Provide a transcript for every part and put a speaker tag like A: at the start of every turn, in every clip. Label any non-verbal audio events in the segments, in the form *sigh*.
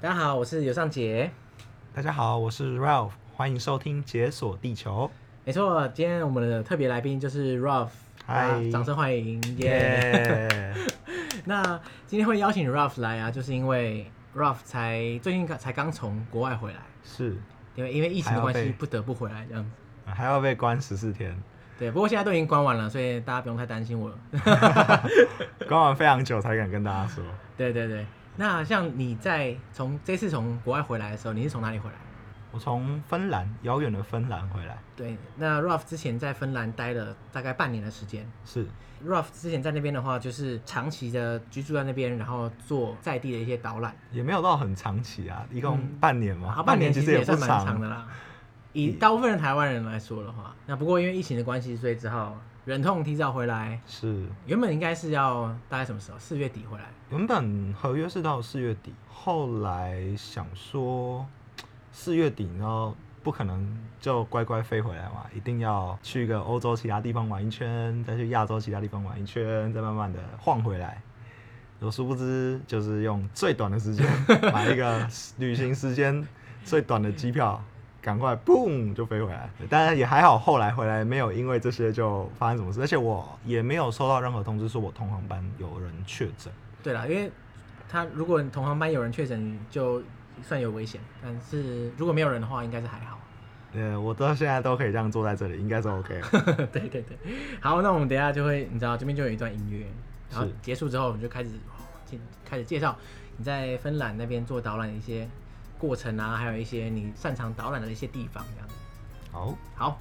A: 大家好，我是尤尚杰。
B: 大家好，我是 Ralph，欢迎收听《解锁地球
A: 没错，今天我们的特别来宾就是 Ralph，
B: 嗨
A: 啊掌声欢迎，》。耶、
B: 耶！
A: 那今天会邀请 Ralph 来啊，就是因为 Ralph 才最近刚才刚从国外回来，
B: *laughs* 是，
A: 因为因为疫情的关
B: 还要
A: 系
B: 被
A: 不得不回来这样子。
B: 还要被关十四天，
A: 对，不过现在都已经关完了，所以大家不用太担心我
B: *laughs*
A: 了。
B: 关完非常久才敢跟大家说。
A: 对对对，那像你在从这次从国外回来的时候，你是从哪里回来？
B: 我从芬兰，遥远的芬兰回来，
A: 对，那 Ralph 之前在芬兰待了大概半年的时间。
B: 是
A: Ralph 之前在那边的话，就是长期的居住在那边，然后做在地的一些导览，
B: 也没有到很长期啊，一共
A: 嗯
B: 半年嘛，
A: 啊，半年
B: 其
A: 其
B: 实
A: 实也
B: 不
A: 算蛮长的啦。以大部分的台湾人来说的话，那不过因为疫情的关系，所以只好忍痛提早回来。
B: 是，
A: 原本应该是要大概什么时候？四月底回来。
B: 原本合约是到四月底，后来想说四月底，然后不可能就乖乖飞回来嘛，一定要去个欧洲其他地方玩一圈，再去亚洲其他地方玩一圈，再慢慢的晃回来。有殊不知，就是用最短的时间买一个旅行时间最短的机票，赶快嘣就飞回来。当然也还好，后来回来没有因为这些就发生什么事，而且我也没有收到任何通知说我同航班有人确诊。
A: 对啦，因为他如果同航班有人确诊，就算有危险；但是如果没有人的话，应该是还好。
B: 呃，我到现在都可以这样坐在这里，应该是 OK 了。
A: *laughs* 对对对，好，那我们等一下就会，你知道这边就有一段音乐，然后
B: 是
A: 结束之后，我们就开始哦进开始介绍你在芬兰那边做导览的一些过程啊，还有一些你擅长导览的一些地方，这样。
B: 好，
A: 好，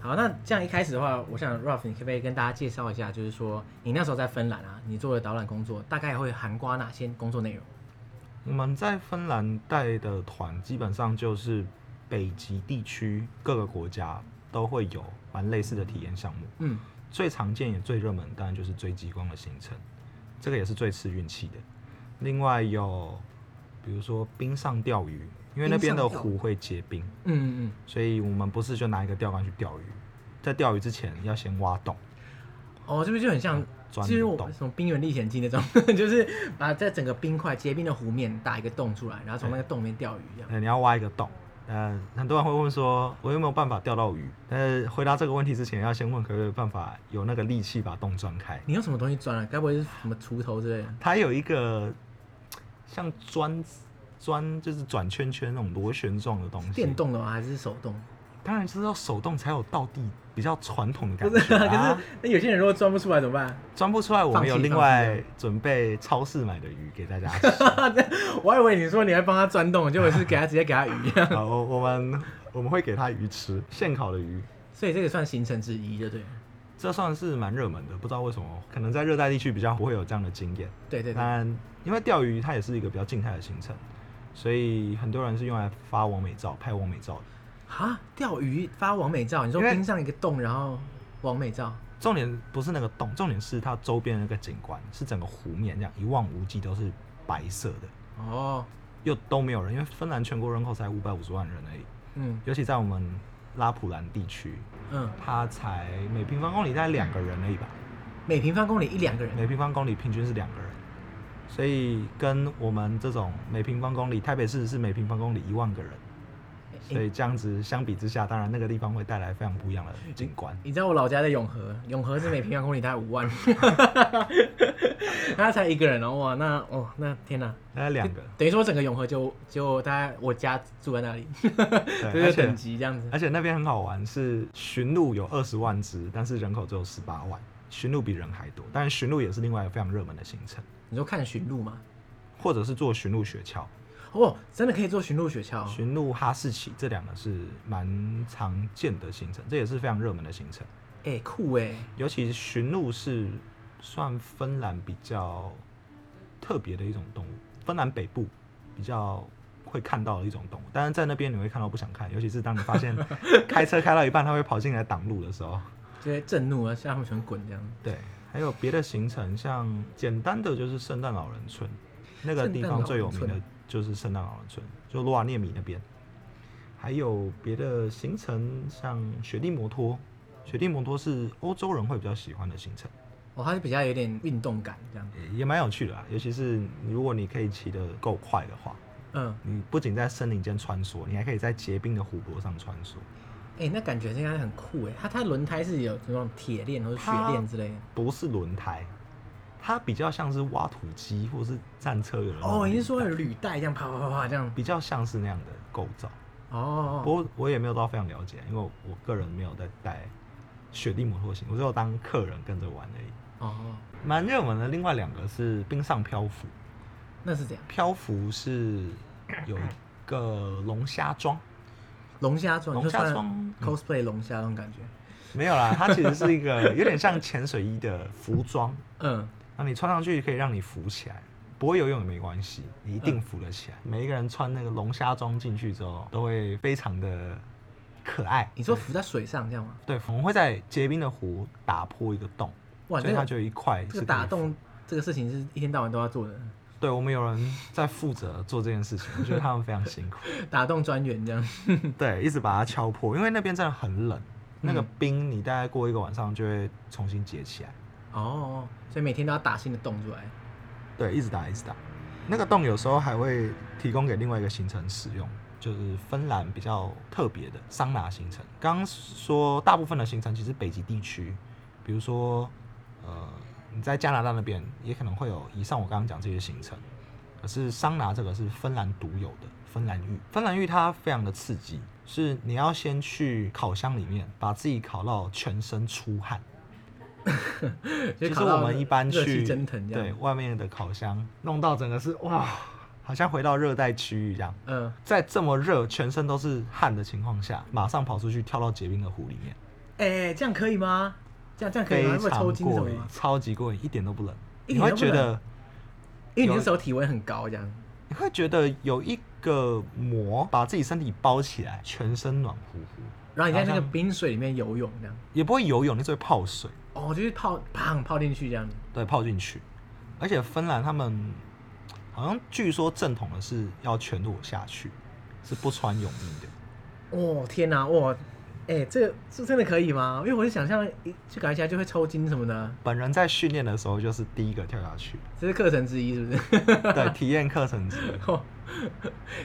A: 好，那这样一开始的话，我想 Ralph，你可不可以跟大家介绍一下，就是说你那时候在芬兰啊，你做的导览工作大概会涵盖哪些工作内容？
B: 我们在芬兰带的团基本上就是北极地区各个国家都会有蛮类似的体验项目，
A: 嗯，
B: 最常见也最热门，当然就是追极光的行程，这个也是最吃运气的。另外有，比如说冰上钓鱼，因为那边的
A: 冰上钓鱼
B: 湖会结冰，
A: 嗯嗯
B: 所以我们不是就拿一个钓竿去钓鱼，在钓鱼之前要先挖洞，
A: 嗯，哦，这不是就很像，
B: 钻
A: 就是我
B: 洞
A: 们什么《冰原历险记》那种， *laughs* 就是把在整个冰块结冰的湖面打一个洞出来，然后从那个洞里面钓鱼一样。
B: 呃，你要挖一个洞。呃，很多人会问说，我有没有办法钓到鱼？但是回答这个问题之前，要先问可不可以有办法有那个力气把洞钻开。
A: 你用什么东西钻啊？该不会是什么锄头之类的？
B: 它有一个像钻钻，就是转圈圈那种螺旋状的东西。
A: 电动的吗？还是手动？
B: 当然就是要手动才有到地比较传统的感
A: 不是
B: 觉、
A: 啊，
B: 啊
A: 可。是那有些人如果钻不出来怎么办？ *laughs*
B: 钻不出来，我
A: 放
B: 们有
A: 弃
B: 另
A: 放弃
B: 外
A: 了
B: 准备超市买的鱼给大家
A: *laughs*
B: 吃。
A: 我还以为你说你还帮他钻洞，结果是给他直接给他鱼。
B: *laughs* 好，我我们我们会给它鱼吃，现烤的鱼。
A: 所以这个算行程之一，对不对了？
B: 这算是蛮热门的，不知道为什么，可能在热带地区比较不会有这样的经验。
A: 对对对，
B: 但因为钓鱼它也是一个比较静态的行程，所以很多人是用来发完美照、拍完美照的。
A: 啊，钓鱼发完美照，你说
B: 因为
A: 冰上一个洞，然后完美照，
B: 重点不是那个洞，重点是它周边的那个景观，是整个湖面这样一望无际都是白色的，
A: 哦，
B: 又都没有人，因为芬兰全国人口才五百五十万人而已，
A: 嗯
B: 尤其在我们拉普兰地区，
A: 嗯，
B: 它才每平方公里大概两个人而已吧。
A: 每平方公里一两个人，
B: 每平方公里平均是两个人，所以跟我们这种每平方公里，台北市是每平方公里一万个人，所以这样子相比之下，当然那个地方会带来非常不一样的景观。
A: 你知道我老家在永和，永和是每平方公里大概五万，他才一个人哦，哇，那哦，那天哪，
B: 大概 *laughs* 两个，
A: 等于说整个永和就就大概我家住在那里，就
B: 对，而
A: 是等
B: 且
A: 级这样子。
B: 而且那边很好玩，是驯鹿有二十万只，但是人口只有十八万，驯鹿比人还多。但是驯鹿也是另外一个非常热门的行程，
A: 你说看驯鹿嘛？
B: 或者是做驯鹿雪橇、
A: 哦，真的可以做驯鹿雪橇哦、
B: 驯鹿哈士奇这两个是蛮常见的行程，这也是非常热门的行程。
A: 哎、酷哎、
B: 尤其驯鹿是算芬兰比较特别的一种动物，芬兰北部比较会看到的一种动物。但是在那边你会看到不想看，尤其是当你发现开车开到一半，它会跑进来挡路的时候，
A: 就会震怒啊，吓他们全滚这样。
B: 对，还有别的行程，像简单的就是圣诞老人村，那个地
A: 圣诞老
B: 方
A: 人
B: 最有名的
A: 村
B: 就是圣诞老人村，就罗瓦涅米那边。还有别的行程，像雪地摩托，雪地摩托是欧洲人会比较喜欢的行程，
A: 哦，它是比较有点运动感这样。
B: 也也蛮有趣的啊。尤其是如果你可以骑得够快的话，
A: 嗯，
B: 你不仅在森林间穿梭，你还可以在结冰的湖泊上穿梭。
A: 哎、那感觉应该很酷哎。它它轮胎是有那种铁链或者雪链之类的。
B: 不是轮胎，它比较像是挖土机或是战车有人
A: 哦，你是说有履带这样啪啪啪啪这样？
B: 比较像是那样的构造。不
A: 哦，
B: 过我也没有到非常了解，因为我个人没有在带雪地摩托行，我只有当客人跟着玩而已。
A: 哦，
B: 蛮热门的。另外两个是冰上漂浮，
A: 那是怎样？
B: 漂浮是有一个龙虾装，
A: 龙虾装，
B: 龙虾
A: 哦就穿
B: 装嗯
A: cosplay 龙虾那种感觉。
B: 没有啦，它其实是一个有点像潜水衣的服装，
A: 嗯，
B: 那你穿上去可以让你浮起来，不会游泳也没关系，你一定浮得起来。每一个人穿那个龙虾装进去之后，都会非常的可爱。
A: 你说浮在水上这样吗？
B: 对，我们会在结冰的湖打破一个洞，
A: 哇，
B: 所以
A: 这
B: 它
A: 个
B: 就有一块是
A: 这个
B: 可以
A: 打
B: 浮。
A: 洞这个事情是一天到晚都要做的， *laughs*
B: 对我们有人在负责做这件事情，我觉得他们非常辛苦。
A: 打洞专员这样。
B: 对，一直把它敲破，因为那边真的很冷，那个
A: 嗯
B: 冰你大概过一个晚上就会重新结起来。
A: 哦，所以每天都要打新的洞出来。
B: 对，一直打，一直打。那个洞有时候还会提供给另外一个行程使用，就是芬兰比较特别的桑拿行程。刚刚说大部分的行程其实北极地区，比如说呃你在加拿大那边也可能会有以上我刚刚讲这些行程，可是桑拿这个是芬兰独有的芬兰浴，芬兰浴它非常的刺激，是你要先去烤箱里面把自己烤到全身出
A: *laughs*
B: 汗。
A: 就
B: 其实
A: 烤到
B: 我们一般
A: 热气
B: 去
A: 蒸腾这
B: 对
A: 样。
B: 外面的烤箱，弄到整个是哇，好像回到热带区域一样。
A: 嗯，
B: 在这么热、全身都是汗的情况下，马上跑出去跳到结冰的湖里面，
A: 哎、这样可以吗？这样这样可以吗？
B: 非
A: 会
B: 常
A: 抽筋什
B: 过
A: 么
B: 瘾
A: 吗，？
B: 超级过瘾，一点都不冷。
A: 一
B: 你
A: 点都
B: 会
A: 不
B: 觉得，
A: 因为你那时候体温很高，这样。
B: 你会觉得有一个膜把自己身体包起来，全身暖乎乎，
A: 然后你在那
B: 好
A: 个
B: 像
A: 冰水里面游泳，这样。
B: 也不会游泳，你只会泡水，
A: 哦，就是泡，砰泡进去这样。
B: 对，泡进去。而且芬兰他们好像据说正统的是要全裸下去，是不穿泳衣的。
A: 哦，天哪、哇，哎、这个这真的可以吗？因为我就想象一去搞一下就会抽筋什么的，啊
B: 本人在训练的时候就是第一个跳下
A: *laughs*
B: 去，
A: 这是课程之一，是不是？
B: 对，体验课程之一。
A: 哦， *laughs*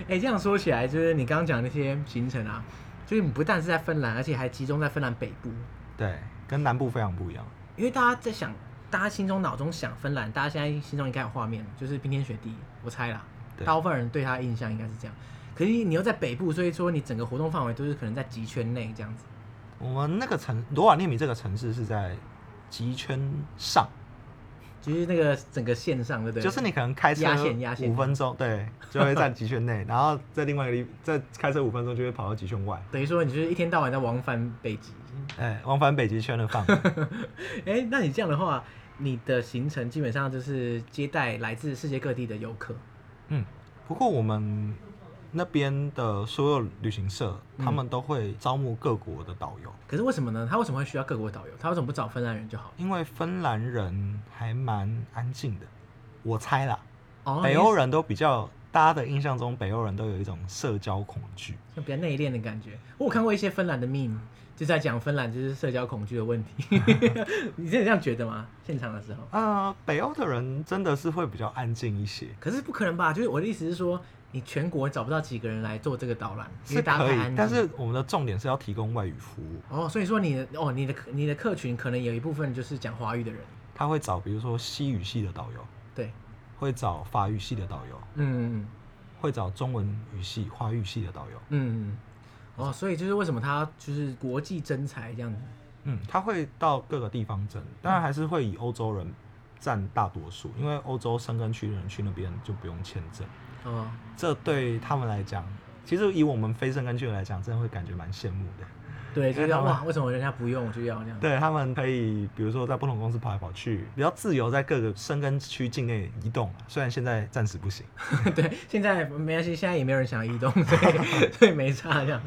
A: 哎、这样说起来，就是你刚刚讲的那些行程啊，就是你不但是在芬兰，而且还集中在芬兰北部。
B: 对，跟南部非常不一样。
A: 因为大家在想，大家心中脑中想芬兰，大家现在心中应该有画面，就是冰天雪地，我猜啦，
B: 对
A: 大部分人对他的印象应该是这样。可是你又在北部，所以说你整个活动范围都是可能在极圈内这样子。
B: 我们那个城罗瓦涅米这个城市是在极圈上，
A: 就是那个整个线上，对不对？
B: 就是你可能开车
A: 压线压线
B: 五分钟，对，就会在极圈
A: *laughs*
B: 内，然后在另外一个地，再开车五分钟就会跑到极圈外。
A: 等于说你就是一天到晚在往返北极。
B: 哎，往返北极圈的范围。
A: *laughs* 哎、那你这样的话，你的行程基本上就是接待来自世界各地的游客。
B: 嗯，不过我们那边的所有旅行社，他们都会招募各国的导游。
A: 可是为什么呢？他为什么会需要各国导游？他为什么不找芬兰人就好了？
B: 因为芬兰人还蛮安静的，我猜啦，
A: 哦，
B: 北欧人都比较，大家的印象中北欧人都有一种社交恐惧，
A: 就比较内敛的感觉。我有看过一些芬兰的 meme，就在讲芬兰就是社交恐惧的问题。
B: *laughs*
A: 你真的这样觉得吗？现场的时候？
B: 呃，北欧的人真的是会比较安静一些，
A: 可是不可能吧？就是我的意思是说，你全国找不到几个人来做这个导览，因
B: 是
A: 为大家
B: 可
A: 太
B: 以
A: 安静，
B: 但是我们的重点是要提供外语服务，
A: 哦，所以说你的哦，你的你的客群可能有一部分就是讲华语的人，
B: 他会找比如说西语系的导游，
A: 对，
B: 会找法语系的导游，
A: 嗯
B: 会找中文语系、华语系的导游，
A: 嗯嗯，哦，所以就是为什么他就是国际征才这样子，
B: 嗯，他会到各个地方整，当然还是会以欧洲人占大多数，因为欧洲申根区的人去那边就不用签证。
A: 哦，
B: 这对他们来讲，其实以我们非生根区人来讲，真的会感觉蛮羡慕的。
A: 对，就是
B: 因为他们
A: 哇，为什么人家不用我就要这样？
B: 对他们可以，比如说在不同公司跑来跑去，比较自由，在各个生根区境内移动。啊虽然现在暂时不行，
A: *laughs*
B: *laughs* 嗯
A: 对，现在没关系，现在也没有人想要移动，所以所以没差这样。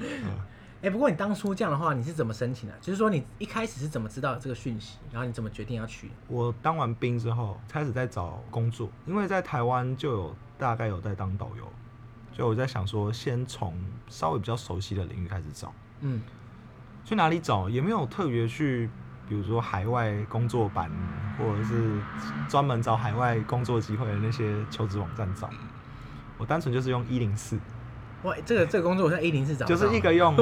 A: 哎、不过你当初这样的话，你是怎么申请的、就是说你一开始是怎么知道有这个讯息，然后你怎么决定要去？
B: 我当完兵之后，开始在找工作，因为在台湾就有大概有在当导游，所以我在想说，先从稍微比较熟悉的领域开始找。
A: 嗯，
B: 去哪里找也没有特别去，比如说海外工作版，或者是专门找海外工作机会的那些求职网站找。我单纯就是用一零四，
A: 哇，这个这个工作我在 A 零是找不
B: 就
A: 到
B: 是一个用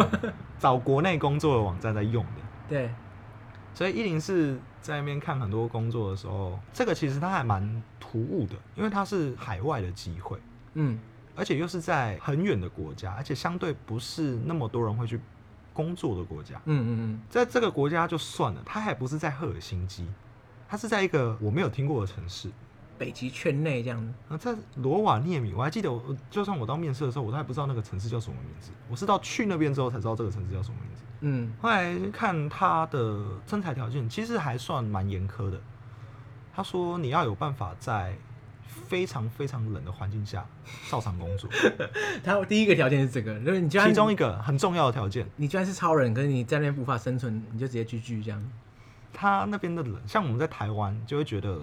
B: 找国内工作的网站在用的。
A: 对，
B: 所以一零四在那边看很多工作的时候，这个其实它还蛮突兀的，因为它是海外的机会，
A: 嗯，
B: 而且又是在很远的国家，而且相对不是那么多人会去工作的国家。
A: 嗯嗯
B: 在这个国家就算了，它还不是在赫尔辛基，它是在一个我没有听过的城市。
A: 嗯，北极圈内这样子。
B: 啊，在罗瓦涅米，我还记得我，就算我到面试的时候，我都还不知道那个城市叫什么名字。我是到去那边之后才知道这个城市叫什么名字。
A: 嗯，
B: 后来看他的身材条件，其实还算蛮严苛的。他说你要有办法在非常非常冷的环境下照常工作，
A: 他第一个条件是这个， *laughs* 就是你居然
B: 其中一个很重要的条件，
A: 你居然是超人，可是你在那边无法生存，你就直接居居这样。
B: 他那边的冷，像我们在台湾就会觉得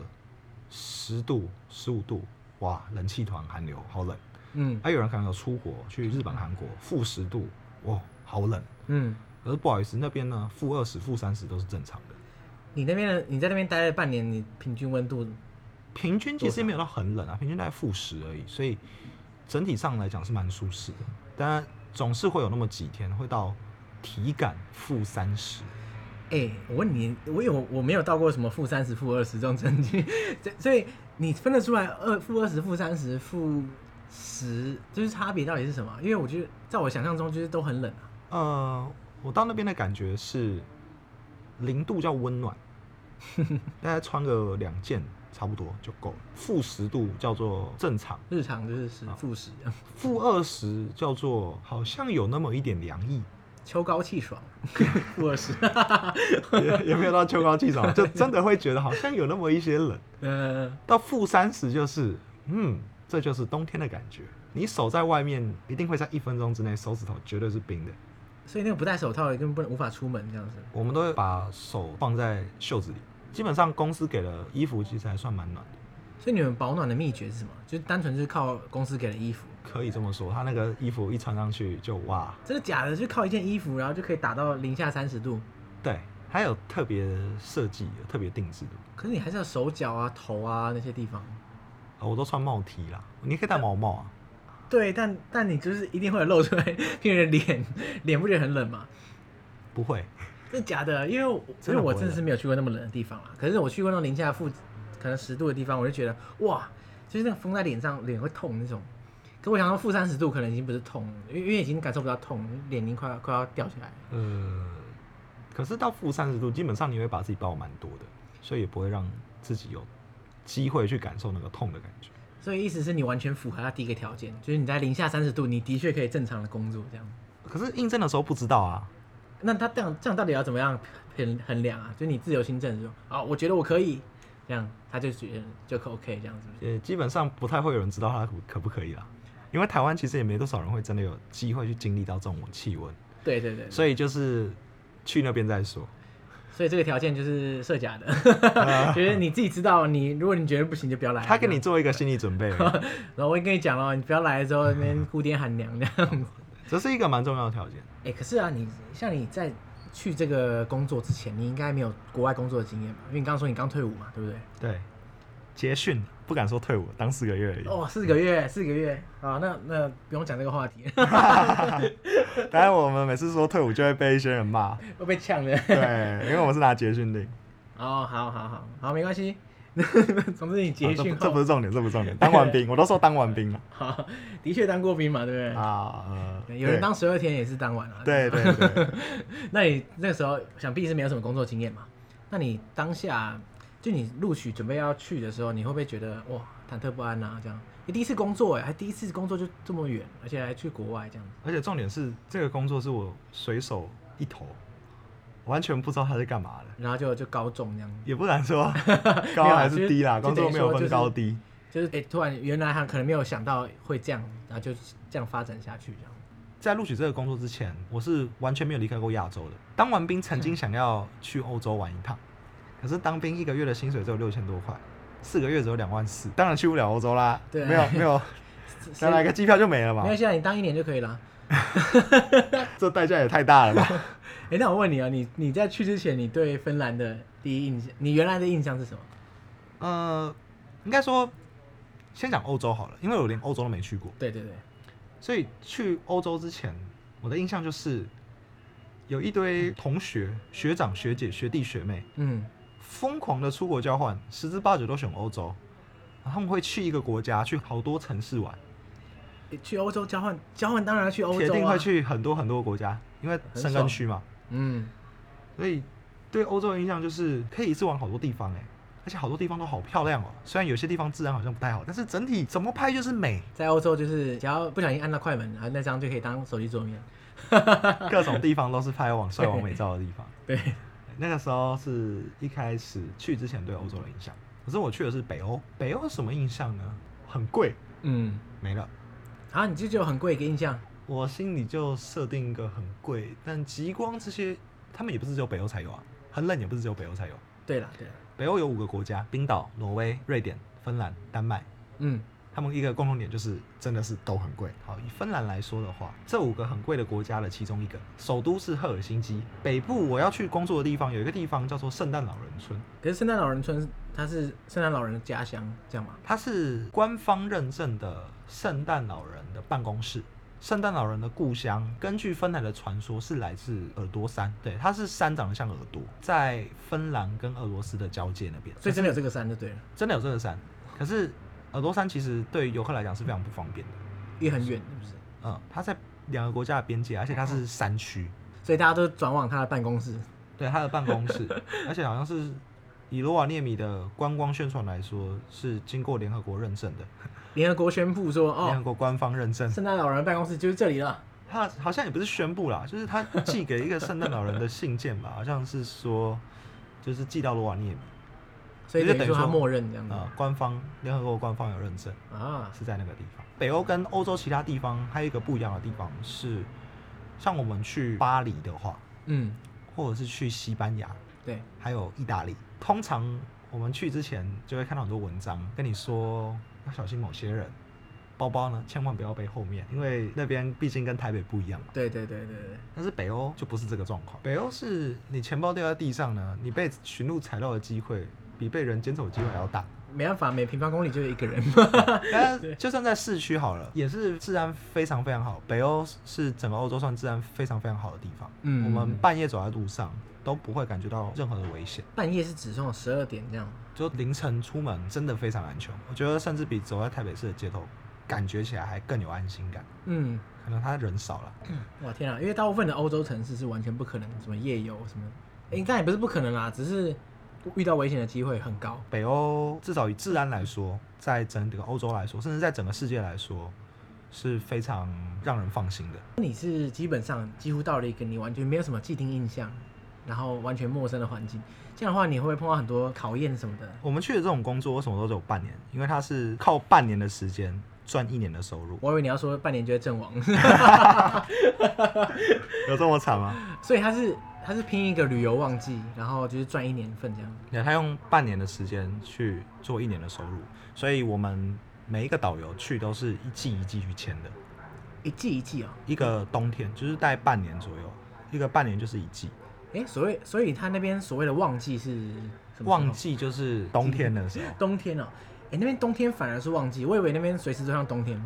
B: 十度、十五度，哇，冷气团寒流，好冷。啊
A: 嗯
B: 还、有人可能有出国去日本、韩国，负十度，哇，好冷。
A: 嗯，
B: 可是不好意思，那边呢，负二十、负三十都是正常的。
A: 你那边的你在那边待了半年，你平均温度
B: 平均其实也没有到很冷啊，平均大概负十而已，所以整体上来讲是蛮舒适的。当然总是会有那么几天会到体感负三十，
A: 哎、我问你，我有我没有到过什么负三十、负二十这种成绩，所以所以你分得出来二负二十、负三十、负十，就是差别到底是什么？因为我觉得在我想象中就是都很冷啊。
B: 呃，我到那边的感觉是零度叫温暖，大概穿个两件差不多就够了。负十度叫做正常，
A: 日常就是十负十这样，
B: 负二十叫做好像有那么一点凉意，
A: 秋高气爽，负二十。 *laughs*
B: 也也没有到秋高气爽，就真的会觉得好像有那么一些冷。
A: 嗯，
B: 到负三十就是，嗯，这就是冬天的感觉。你手在外面，一定会在一分钟之内，手指头绝对是冰的。
A: 所以那个不戴手套也根本不能无法出门这样子。
B: 我们都会把手放在袖子里，基本上公司给的衣服其实还算蛮暖的，
A: 所以你们保暖的秘诀是什么？就是单纯就是靠公司给的衣服，
B: 可以这么说。他那个衣服一穿上去就哇，
A: 真的假的？就靠一件衣服，然后就可以打到零下三十度。
B: 对，还有特别设计、特别定制的。
A: 可是你还是要手脚啊、头啊那些地方。
B: 哦我都穿帽 T 啦，你可以戴毛帽啊。
A: 对，但但你就是一定会有露出来骗人的脸，脸不觉得很冷吗？
B: 不会，
A: 真的假的？因为我因
B: 真
A: 为
B: 的
A: 我
B: 不会
A: 真的是
B: 冷
A: 没有去过那么冷的地方啊。可是我去过那种零下负可能十度的地方，我就觉得哇，就是那个风在脸上，脸会痛那种。可我想到负三十度可能已经不是痛了，因为因为已经感受不到痛，脸已经快要快要掉下来了。
B: 呃，可是到负三十度，基本上你会把自己包蛮多的，所以也不会让自己有机会去感受那个痛的感觉。
A: 所以意思是你完全符合他第一个条件，就是你在零下三十度，你的确可以正常的工作这样。
B: 可是应征的时候不知道啊，
A: 那他这样这样到底要怎么样衡衡量啊？就是你自由心证说啊，我觉得我可以，这样他就觉得就可 OK 这样子。
B: 呃，基本上不太会有人知道他可可不可以啦，因为台湾其实也没多少人会真的有机会去经历到这种气温，
A: 对对对，
B: 所以就是去那边再说。
A: 所以这个条件就是设假
B: *laughs*
A: 的， *laughs* 就是你自己知道你，如果你觉得不行就不要来。
B: 他给你，做一个心理准备而已，
A: 然后我会跟你讲哦了，你不要来的时候那边哭爹喊娘这样子。
B: *laughs* 这是一个蛮重要的条件。
A: 哎、可是啊，你像你在去这个工作之前，你应该没有国外工作的经验吧？因为你刚刚说你刚退伍嘛，对不对？
B: 对，结训不敢说退伍，当四个月而已。
A: 哦，四个月，四个月啊，那那不用讲这个话题， *laughs*
B: 当然我们每次说退伍就会被一些
A: *laughs*
B: 人骂，
A: 会被呛的。
B: 对，因为我们是拿结训令。
A: 哦，好好好好，没关系。 *laughs* 总之你
B: 啊
A: 结
B: 这
A: 训哦
B: 不这不
A: 后，
B: 是重点，这不是重点。当
A: *laughs*
B: 完兵，我都说当完兵了
A: 好，的确当过兵嘛，对不对？
B: 啊，呃
A: 对有人当十二天也是当完了、
B: 对对对对，
A: 那你那时候想必是没有什么工作经验嘛？那你当下就你录取准备要去的时候，你会不会觉得哇忐忑不安啊？这样，你第一次工作哎、还第一次工作就这么远，而且还去国外这样子。
B: 而且重点是，这个工作是我随手一投，完全不知道他是干嘛的，
A: 然后就就高中这样，
B: 也不
A: *laughs*
B: 敢说高还是低啦，
A: 没有
B: 工
A: 啊就
B: 作没有
A: 就等于说就
B: 分
A: 是
B: 高低。
A: 就是哎、突然原来他可能没有想到会这样，然后就这样发展下去这样。
B: 在录取这个工作之前，我是完全没有离开过亚洲的。当完兵曾经
A: 嗯
B: 想要去欧洲玩一趟，可是当兵一个月的薪水只有六千多块，四个月只有两万四，当然去不了欧洲啦。
A: 对啊
B: 没有没
A: *laughs*
B: 有，再来个机票就没了嘛
A: 没，关系啊，你当一年就可以了。
B: 这代价也太大了吧？
A: *laughs* 哎、那我问你啊，你你在去之前，你对芬兰的第一印象，你原来的印象是什么？
B: 呃，应该说先讲欧洲好了，因为我连欧洲都没去过，
A: 对对对，
B: 所以去欧洲之前，我的印象就是有一堆同学、学长、学姐、学弟、学妹
A: 嗯，
B: 疯狂的出国交换，十之八九都选欧洲。然后他们会去一个国家，去好多城市玩，
A: 诶去欧洲交换，交换当然要去欧洲、啊，
B: 铁定会。去很多很多国家，因为
A: 很
B: 申根
A: 爽
B: 区嘛，
A: 嗯，
B: 所以对欧洲的印象就是可以一次玩好多地方哎、而且好多地方都好漂亮哦、虽然有些地方治安好像不太好，但是整体怎么拍就是美，
A: 在欧洲就是只要不小心按到快门，然啊后那张就可以当手机桌面。
B: 各种地方都是拍网帅网美照的地方。
A: 对，
B: 那个时候是一开始去之前对欧洲的印象，可是我去的是北欧，北欧是什么印象呢？很贵，
A: *laughs* 嗯，
B: 没了。
A: 啊，你就只有很贵一个印象，
B: 我心里就设定一个很贵，但极光这些他们也不是只有北欧才有啊，很冷也不是只有北欧才有。
A: 对啦对啦，
B: 北欧有五个国家：冰岛、挪威、瑞典、芬兰、丹麦。
A: 嗯，
B: 他们一个共同点就是真的是都很贵。好，以芬兰来说的话，这五个很贵的国家的其中一个，首都是赫尔辛基。北部我要去工作的地方有一个地方叫做圣诞老人村，
A: 可是圣诞老人村它是圣诞老人的家乡，这样吗？
B: 它是官方认证的圣诞老人的办公室。圣诞老人的故乡，根据芬兰的传说是来自耳朵山，对，它是山长得像耳朵，在芬兰跟俄罗斯的交界那边，
A: 所以真的有这个山就对了，
B: 真的有这个山。可是耳朵山其实对于游客来讲是非常不方便的，
A: 也很远，是不是？
B: 嗯，它在两个国家的边界，而且它是山区，
A: 所以大家都转往他的办公室。
B: 对它的办公
A: *laughs*
B: 室，而且好像是以罗瓦涅米的观光宣传来说，是经过联合国认证的，
A: 联合国宣布说，
B: 联合
A: 哦，
B: 国官方认证。
A: 圣诞老人的办公室就是这里了。
B: 他好像也不是宣布啦， *laughs* 就是他寄给一个圣诞老人的信件吧，好 *laughs* 像是说，就是寄到罗瓦涅米
A: 所以
B: 就
A: 等于
B: 等于
A: 说他
B: 说
A: 默认这样子
B: 啊、呃官方联合国官方有认证
A: 啊，
B: 是在那个地方。北欧跟欧洲其他地方还有一个不一样的地方是，像我们去巴黎的话，
A: 嗯，
B: 或者是去西班牙，
A: 对，
B: 还有意大利，通常我们去之前就会看到很多文章跟你说要小心某些人，包包呢千万不要背后面，因为那边毕竟跟台北不一样嘛。
A: 对对对对对，
B: 但是北欧就不是这个状况，北欧是你钱包掉在地上呢，你被寻路踩到的机会比被人捡走的机会还要 *laughs* 大。
A: 没办法，每平方公里就有一个人。
B: 但是就算在市区好了，也是治安非常非常好。北欧是整个欧洲算治安非常非常好的地方，
A: *laughs* 嗯
B: 我们半夜走在路上都不会感觉到任何的危险，
A: 半夜是指这种十二点这样吗，
B: 就凌晨出门真的非常安全。我觉得甚至比走在台北市的街头感觉起来还更有安心感，
A: 嗯，
B: 可能他人少了。
A: 哇天啊，因为大部分的欧洲城市是完全不可能什么夜游什么，应该也不是不可能啦，只是遇到危险的机会很高。
B: 北欧至少以治安来说，在整个欧洲来说，甚至在整个世界来说，是非常让人放心的。
A: 你是基本上几乎到了一个你完全没有什么既定印象，然后完全陌生的环境，这样的话你会不会碰到很多考验什么的？
B: 我们去的这种工作，为什么都只有半年？因为它是靠半年的时间赚一年的收入，
A: 我以为你要说半年就会阵亡，
B: 有这么惨吗？
A: 所以他是他是拼一个旅游旺季，然后就是赚一年份这样。
B: 你看，他用半年的时间去做一年的收入，所以我们每一个导游去都是一季一季去签的，
A: 一季一季哦、
B: 一个冬天就是大概半年左右，一个半年就是一季，
A: 诶，所谓所以他那边所谓的旺季是什么时候？
B: 旺季就是冬天的时候。
A: 冬天哦、诶，那边冬天反而是旺季，我以为那边随时都像冬天。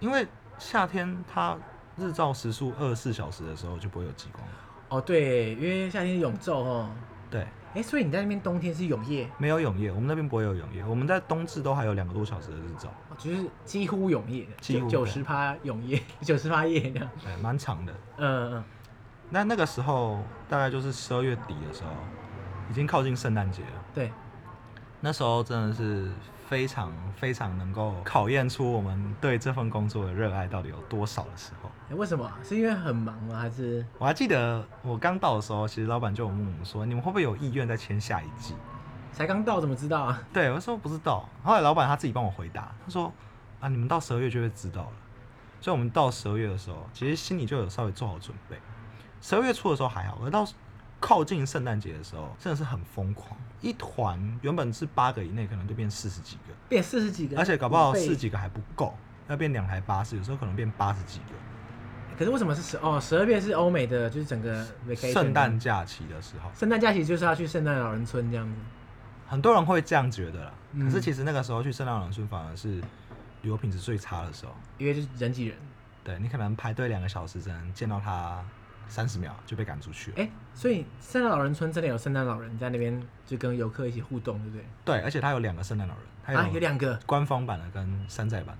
B: 因为夏天它日照时数二十四小时的时候就不会有极光了。
A: 哦，对，因为夏天永昼哦。
B: 对，
A: 诶，所以你在那边冬天是永夜，
B: 没有永夜，我们那边不会有永夜，我们在冬至都还有两个多小时的日照，
A: 哦就是几乎永夜的，
B: 几乎
A: 九十趴永夜， *laughs* 九十趴夜这样。
B: 对，蛮长的。
A: 嗯嗯，
B: 那那个时候大概就是十二月底的时候，已经靠近圣诞节了。
A: 对，
B: 那时候真的是非常非常能够考验出我们对这份工作的热爱到底有多少的时候。
A: 诶为什么啊？是因为很忙吗？还是
B: 我还记得我刚到的时候，其实老板就有问我们说，你们会不会有意愿再签下一季？
A: 才刚到，怎么知道啊？
B: 对，我说不知道。后来老板他自己帮我回答，他说啊，你们到十二月就会知道了。所以我们到十二月的时候，其实心里就有稍微做好准备。十二月初的时候还好，而到靠近圣诞节的时候，真的是很疯狂，一团原本是八个以内，可能就变四十几个。
A: 变四十几个，
B: 而且搞不好
A: 五倍
B: 四十几个还不够，要变两台巴士，有时候可能变八十几个。
A: 可是为什么是十哦？十二月是欧美的，就是整个 vacation
B: 圣诞假期的时候，
A: 圣诞假期就是要去圣诞老人村这样子。
B: 很多人会这样觉得啦。
A: 嗯
B: 可是其实那个时候去圣诞老人村反而是旅游品质最差的时候，
A: 因为就是人挤人。
B: 对你可能排队两个小时，只能见到他三十秒就被赶出去了。
A: 哎、所以圣诞老人村真的有圣诞老人在那边就跟游客一起互动，对不对？
B: 对，而且他有两个圣诞老人，他
A: 啊，有两个 *laughs*
B: 官方版的跟山寨版。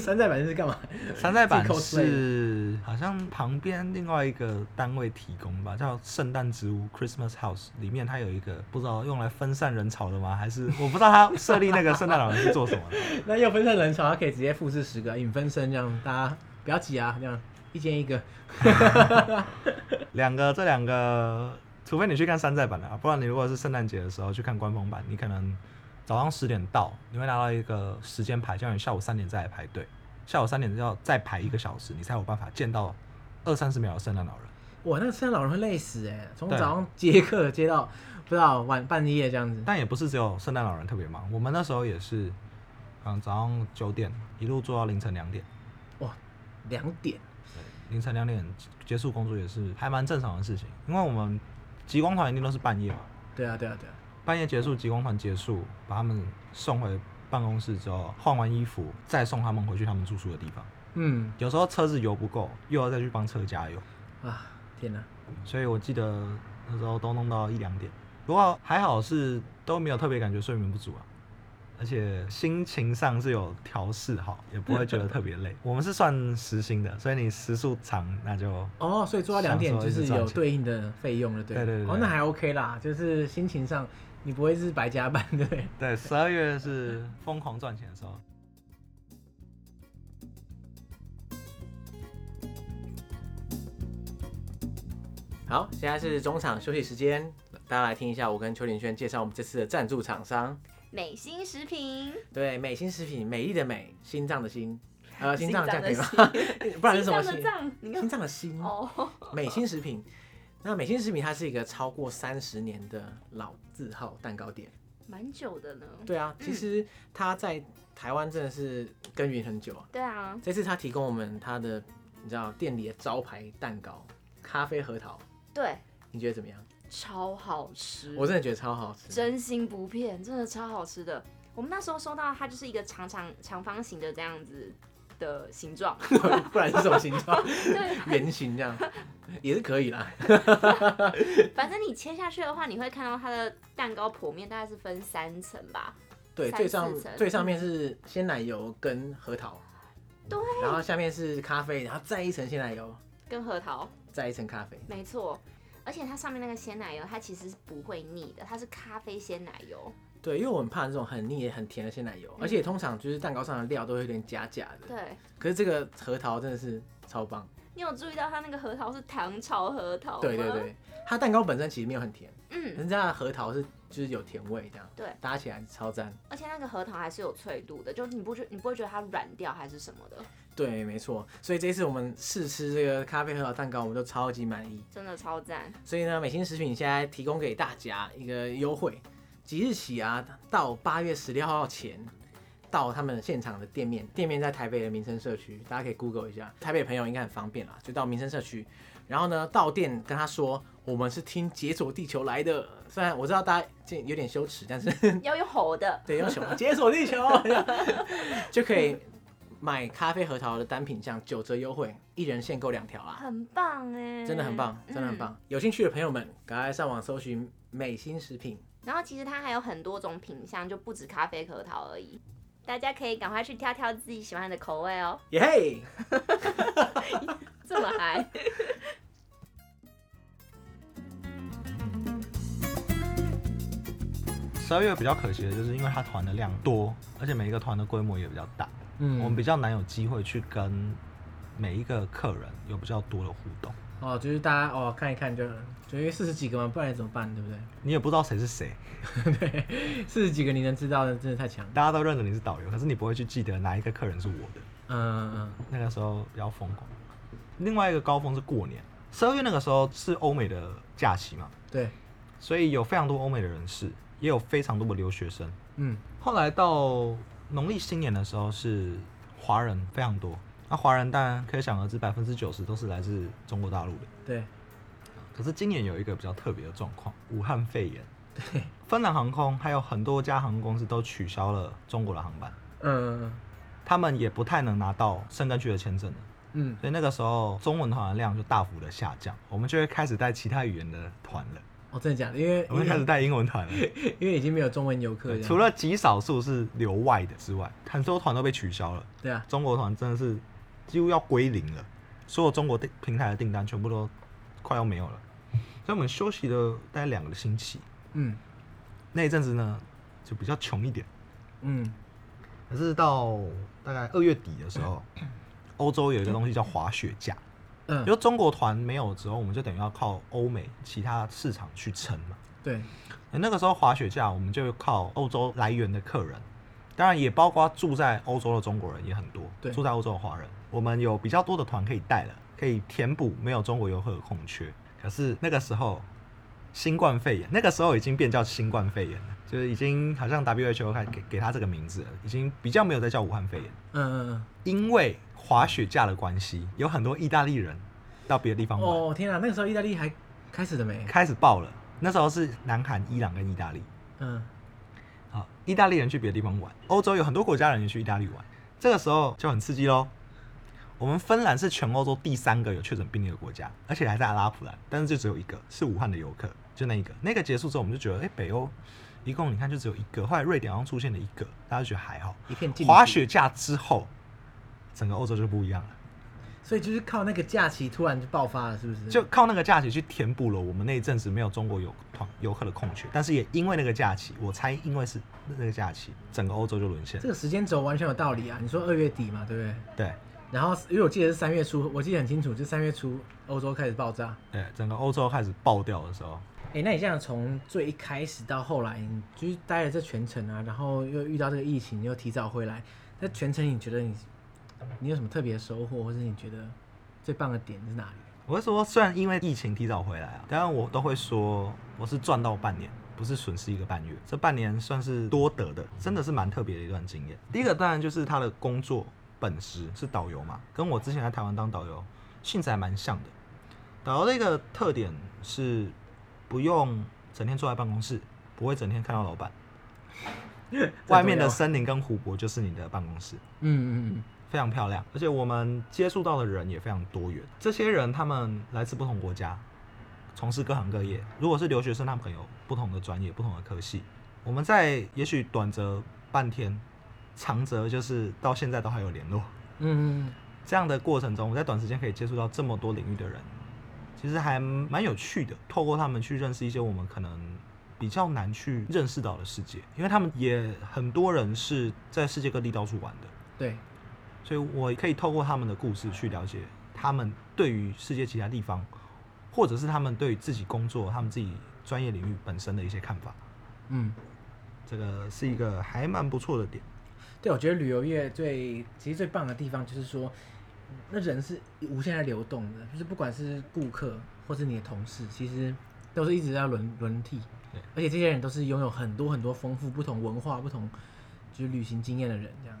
A: 山寨版是干嘛？ *laughs*
B: 山寨版
A: 呃自己 cosplay
B: 是好像旁边另外一个单位提供吧，叫圣诞之屋 （Christmas House），里面它有一个不知道用来分散人潮的吗？还是我不知道它设立那个圣诞老人是做什么的。
A: 那又分散人潮，他可以直接复制十个影分身，这样大家不要挤啊，这样一间一个。
B: 两个，这两个，除非你去看山寨版的、啊，不然你如果是圣诞节的时候去看官方版，你可能早上十点到，你会拿到一个时间牌，叫你下午三点再来排队，下午三点要再排一个小时，你才有办法见到二三十秒的圣诞老人。
A: 哇，那个圣诞老人会累死哎、从
B: 对
A: 早上接客接到不知道晚半夜这样子。
B: 但也不是只有圣诞老人特别忙，我们那时候也是，嗯，早上九点一路做到凌晨两点，
A: 哇，两点
B: 凌晨两点结束工作也是还蛮正常的事情，因为我们极光团一定都是半夜嘛，
A: 对啊对啊对啊，
B: 半夜结束极光团结束，把他们送回办公室之后，换完衣服再送他们回去他们住宿的地方。
A: 嗯
B: 有时候车子油不够，又要再去帮车加油，
A: 啊，天哪，
B: 所以我记得那时候都弄到一两点。不过还好是都没有特别感觉睡眠不足啊，而且心情上是有调试好，也不会觉得特别累。 *laughs* 我们是算时薪的，所以你时速长那就
A: 哦，所以做到两点
B: 享受
A: 就
B: 一直
A: 是
B: 赚
A: 有
B: 钱
A: 对应的费用了，对
B: 对对对
A: 哦，那还 OK 啦，就是心情上你不会是白加班，对不对？
B: 对。十二月是疯狂赚钱的时候。
A: 好，现在是中场休息时间，大家来听一下我跟邱林轩介绍我们这次的赞助厂商，
C: 美心食品，
A: 对，美心食品，美丽的美，心脏的心，呃，心脏的
C: 心
A: 价可以吗？
C: 脏的
A: *laughs* 不然是什么
C: 心脏的脏，
A: *laughs*
C: 你
A: 心
C: 看
A: 脏的心，
C: 哦，
A: 美心食品。那美心食品它是一个超过三十年的老字号蛋糕店，
C: 蛮久的呢。
A: 对啊，其实它在台湾真的是耕耘很久啊。
C: 对啊，
A: 这次他提供我们他的，你知道店里的招牌蛋糕，咖啡核桃，
C: 对，
A: 你觉得怎么样？
C: 超好吃，
A: 我真的觉得超好吃。
C: 嗯真心不骗，真的超好吃的。我们那时候收到它就是一个长长长方形的这样子的
A: *laughs*
C: 形状，
A: *laughs* 不然是什么形状？
C: *laughs* 对，
A: 圆形这样也是可以啦。
C: 反正你切下去的话，你会看到它的蛋糕剖面大概是分三层吧。
A: 对，
C: 三
A: 最上
C: 四层
A: 最上面是鲜奶油跟核桃，
C: 对，
A: 然后下面是咖啡，然后再一层鲜奶油，
C: 跟核桃，
A: 再一层咖啡。
C: 没错。而且它上面那个鲜奶油，它其实是不会腻的，它是咖啡鲜奶油。
A: 对，因为我很怕这种很腻也很甜的鲜奶油，而且通常就是蛋糕上的料都会有点假假的。
C: 嗯对，
A: 可是这个核桃真的是超棒。
C: 你有注意到它那个核桃是糖炒核桃吗？
A: 对对，对，它蛋糕本身其实没有很甜，
C: 嗯，
A: 人家的核桃是就是有甜味这样，
C: 对，
A: 搭起来超赞。
C: 而且那个核桃还是有脆度的，就是你不觉你不会觉得它软掉还是什么的，
A: 对，没错。所以这次我们试吃这个咖啡核桃蛋糕，我们都超级满意。
C: 真的超赞。
A: *laughs* 所以呢，美心食品现在提供给大家一个优惠，即日起啊，到八月十六号前。到他们现场的店面，店面在台北的民生社区，大家可以 Google 一下。台北的朋友应该很方便啦，就到民生社区，然后呢，到店跟他说我们是听《解锁地球》来的。虽然我知道大家这有点羞耻，但是
C: 要用吼的，
A: 对，用熊解锁地球， *laughs* 这样就可以买咖啡核桃的单品项九折优惠，一人限购两条啦，
C: 很棒哎，
A: 真的很棒，真的很
C: 嗯
A: 棒。有兴趣的朋友们，赶快上网搜寻美心食品。
C: 然后其实它还有很多种品相，就不止咖啡核桃而已。大家可以赶快去挑挑自己喜欢的口味哦，
A: 耶嘿！
C: 这么嗨！
B: 十二月比较可惜的就是，因为它团的量多，而且每一个团的规模也比较大，
A: 嗯
B: 我们比较难有机会去跟每一个客人有比较多的互动。
A: 哦，就是大家哦看一看就，就因为四十几个嘛，不然怎么办，对 *laughs* 不对？
B: 你也不知道谁是谁，
A: 对，四十几个你能知道的真的太强了。
B: 大家都认得你是导游，可是你不会去记得哪一个客人是我的。
A: 嗯嗯
B: 那个时候比较疯狂。另外一个高峰是过年，十二月那个时候是欧美的假期嘛，
A: 嗯，对，
B: 所以有非常多欧美的人士，也有非常多的留学生。
A: 嗯
B: 后来到农历新年的时候是华人非常多，那华人当然可想而知，百分之九十都是来自中国大陆的。
A: 对
B: 可是今年有一个比较特别的状况，武汉肺炎，
A: 对，
B: 芬兰航空还有很多家航空公司都取消了中国的航班，
A: 嗯
B: 他们也不太能拿到申根区的签证了。
A: 嗯
B: 所以那个时候中文团的量就大幅的下降，我们就会开始带其他语言的团了，
A: 哦，真的假的？因为
B: 我们开始带英文团了。
A: 因为已经 *laughs* 没有中文游客这样，
B: 除了极少数是留外的之外，很多团都被取消了。
A: 对啊，
B: 中国团真的是几乎要归零了，所有中国订平台的订单全部都快要没有了。所以我们休息了大概两个星期，
A: 嗯
B: 那一阵子呢就比较穷一点。
A: 嗯
B: 可是到大概二月底的时候，欧洲有一个东西叫滑雪假，因
A: 嗯，
B: 为中国团没有之后，我们就等于要靠欧美其他市场去撑嘛。
A: 对，
B: 那个时候滑雪假，我们就靠欧洲来源的客人，当然也包括住在欧洲的中国人也很多
A: 对，
B: 住在欧洲的华人，我们有比较多的团可以带了，可以填补没有中国游客的空缺。可是那个时候，新冠肺炎，那个时候已经变叫新冠肺炎了，就是已经好像 WHO 开给给他这个名字了，已经比较没有再叫武汉肺炎，
A: 嗯嗯
B: 因为滑雪假的关系，有很多意大利人到别的地
A: 嗯，
B: 方玩，
A: 哦天啊，那个时候意大利还开始了没？
B: 开始爆了。那时候是南韩、伊朗跟意大利。
A: 嗯
B: 好，意大利人去别的地方玩，欧洲有很多国家人也去意大利玩，这个时候就很刺激喽。我们芬兰是全欧洲第三个有确诊病例的国家，而且还在阿拉普兰，但是就只有一个是武汉的游客，就那一个。那个结束之后，我们就觉得，哎、北欧一共你看就只有一个，后来瑞典好像出现了一个，大家就觉得还好。
A: 一片静
B: 滑
A: 寂，
B: 雪假之后，整个欧洲就不一样了，
A: 所以就是靠那个假期突然就爆发了，是不是？
B: 就靠那个假期去填补了我们那一阵子没有中国游团游客的空缺，但是也因为那个假期，我猜因为是那个假期，整个欧洲就沦陷
A: 这。个时间轴完全有道理啊！你说二月底嘛，对不对？
B: 对。
A: 然后因为我记得是三月初，我记得很清楚，就三月初欧洲开始爆炸。
B: 对，整个欧洲开始爆掉的时候，
A: 哎、那你这样从最一开始到后来，你就是待了这全程啊，然后又遇到这个疫情，又提早回来，那全程你觉得你你有什么特别的收获，或者你觉得最棒的点是哪里？
B: 我会说，虽然因为疫情提早回来啊，当然我都会说我是赚到半年，不是损失一个半月。这半年算是多得的，真的是蛮特别的一段经验。第一个当然就是他的工作本职是导游嘛，跟我之前在台湾当导游性质还蛮像的。导游的一个特点是不用整天坐在办公室，不会整天看到老板，外面的
A: 这很重要
B: 森林跟湖泊就是你的办公室。
A: 嗯嗯嗯
B: 非常漂亮，而且我们接触到的人也非常多元。这些人他们来自不同国家，从事各行各业。如果是留学生，他们可能有不同的专业、不同的科系。我们在也许短则半天，长则就是到现在都还有联络。
A: 嗯嗯
B: 这样的过程中，我在短时间可以接触到这么多领域的人，其实还蛮有趣的。透过他们去认识一些我们可能比较难去认识到的世界，因为他们也很多人是在世界各地到处玩的。
A: 嗯，对，
B: 所以我可以透过他们的故事去了解他们对于世界其他地方，或者是他们对于自己工作、他们自己专业领域本身的一些看法。
A: 嗯。
B: 这个是一个还蛮不错的点。
A: 对，我觉得旅游业最其实最棒的地方就是说，那人是无限在流动的，就是不管是顾客或是你的同事，其实都是一直在轮轮替
B: 对，
A: 而且这些人都是拥有很多很多丰富不同文化、不同就是旅行经验的人，这样。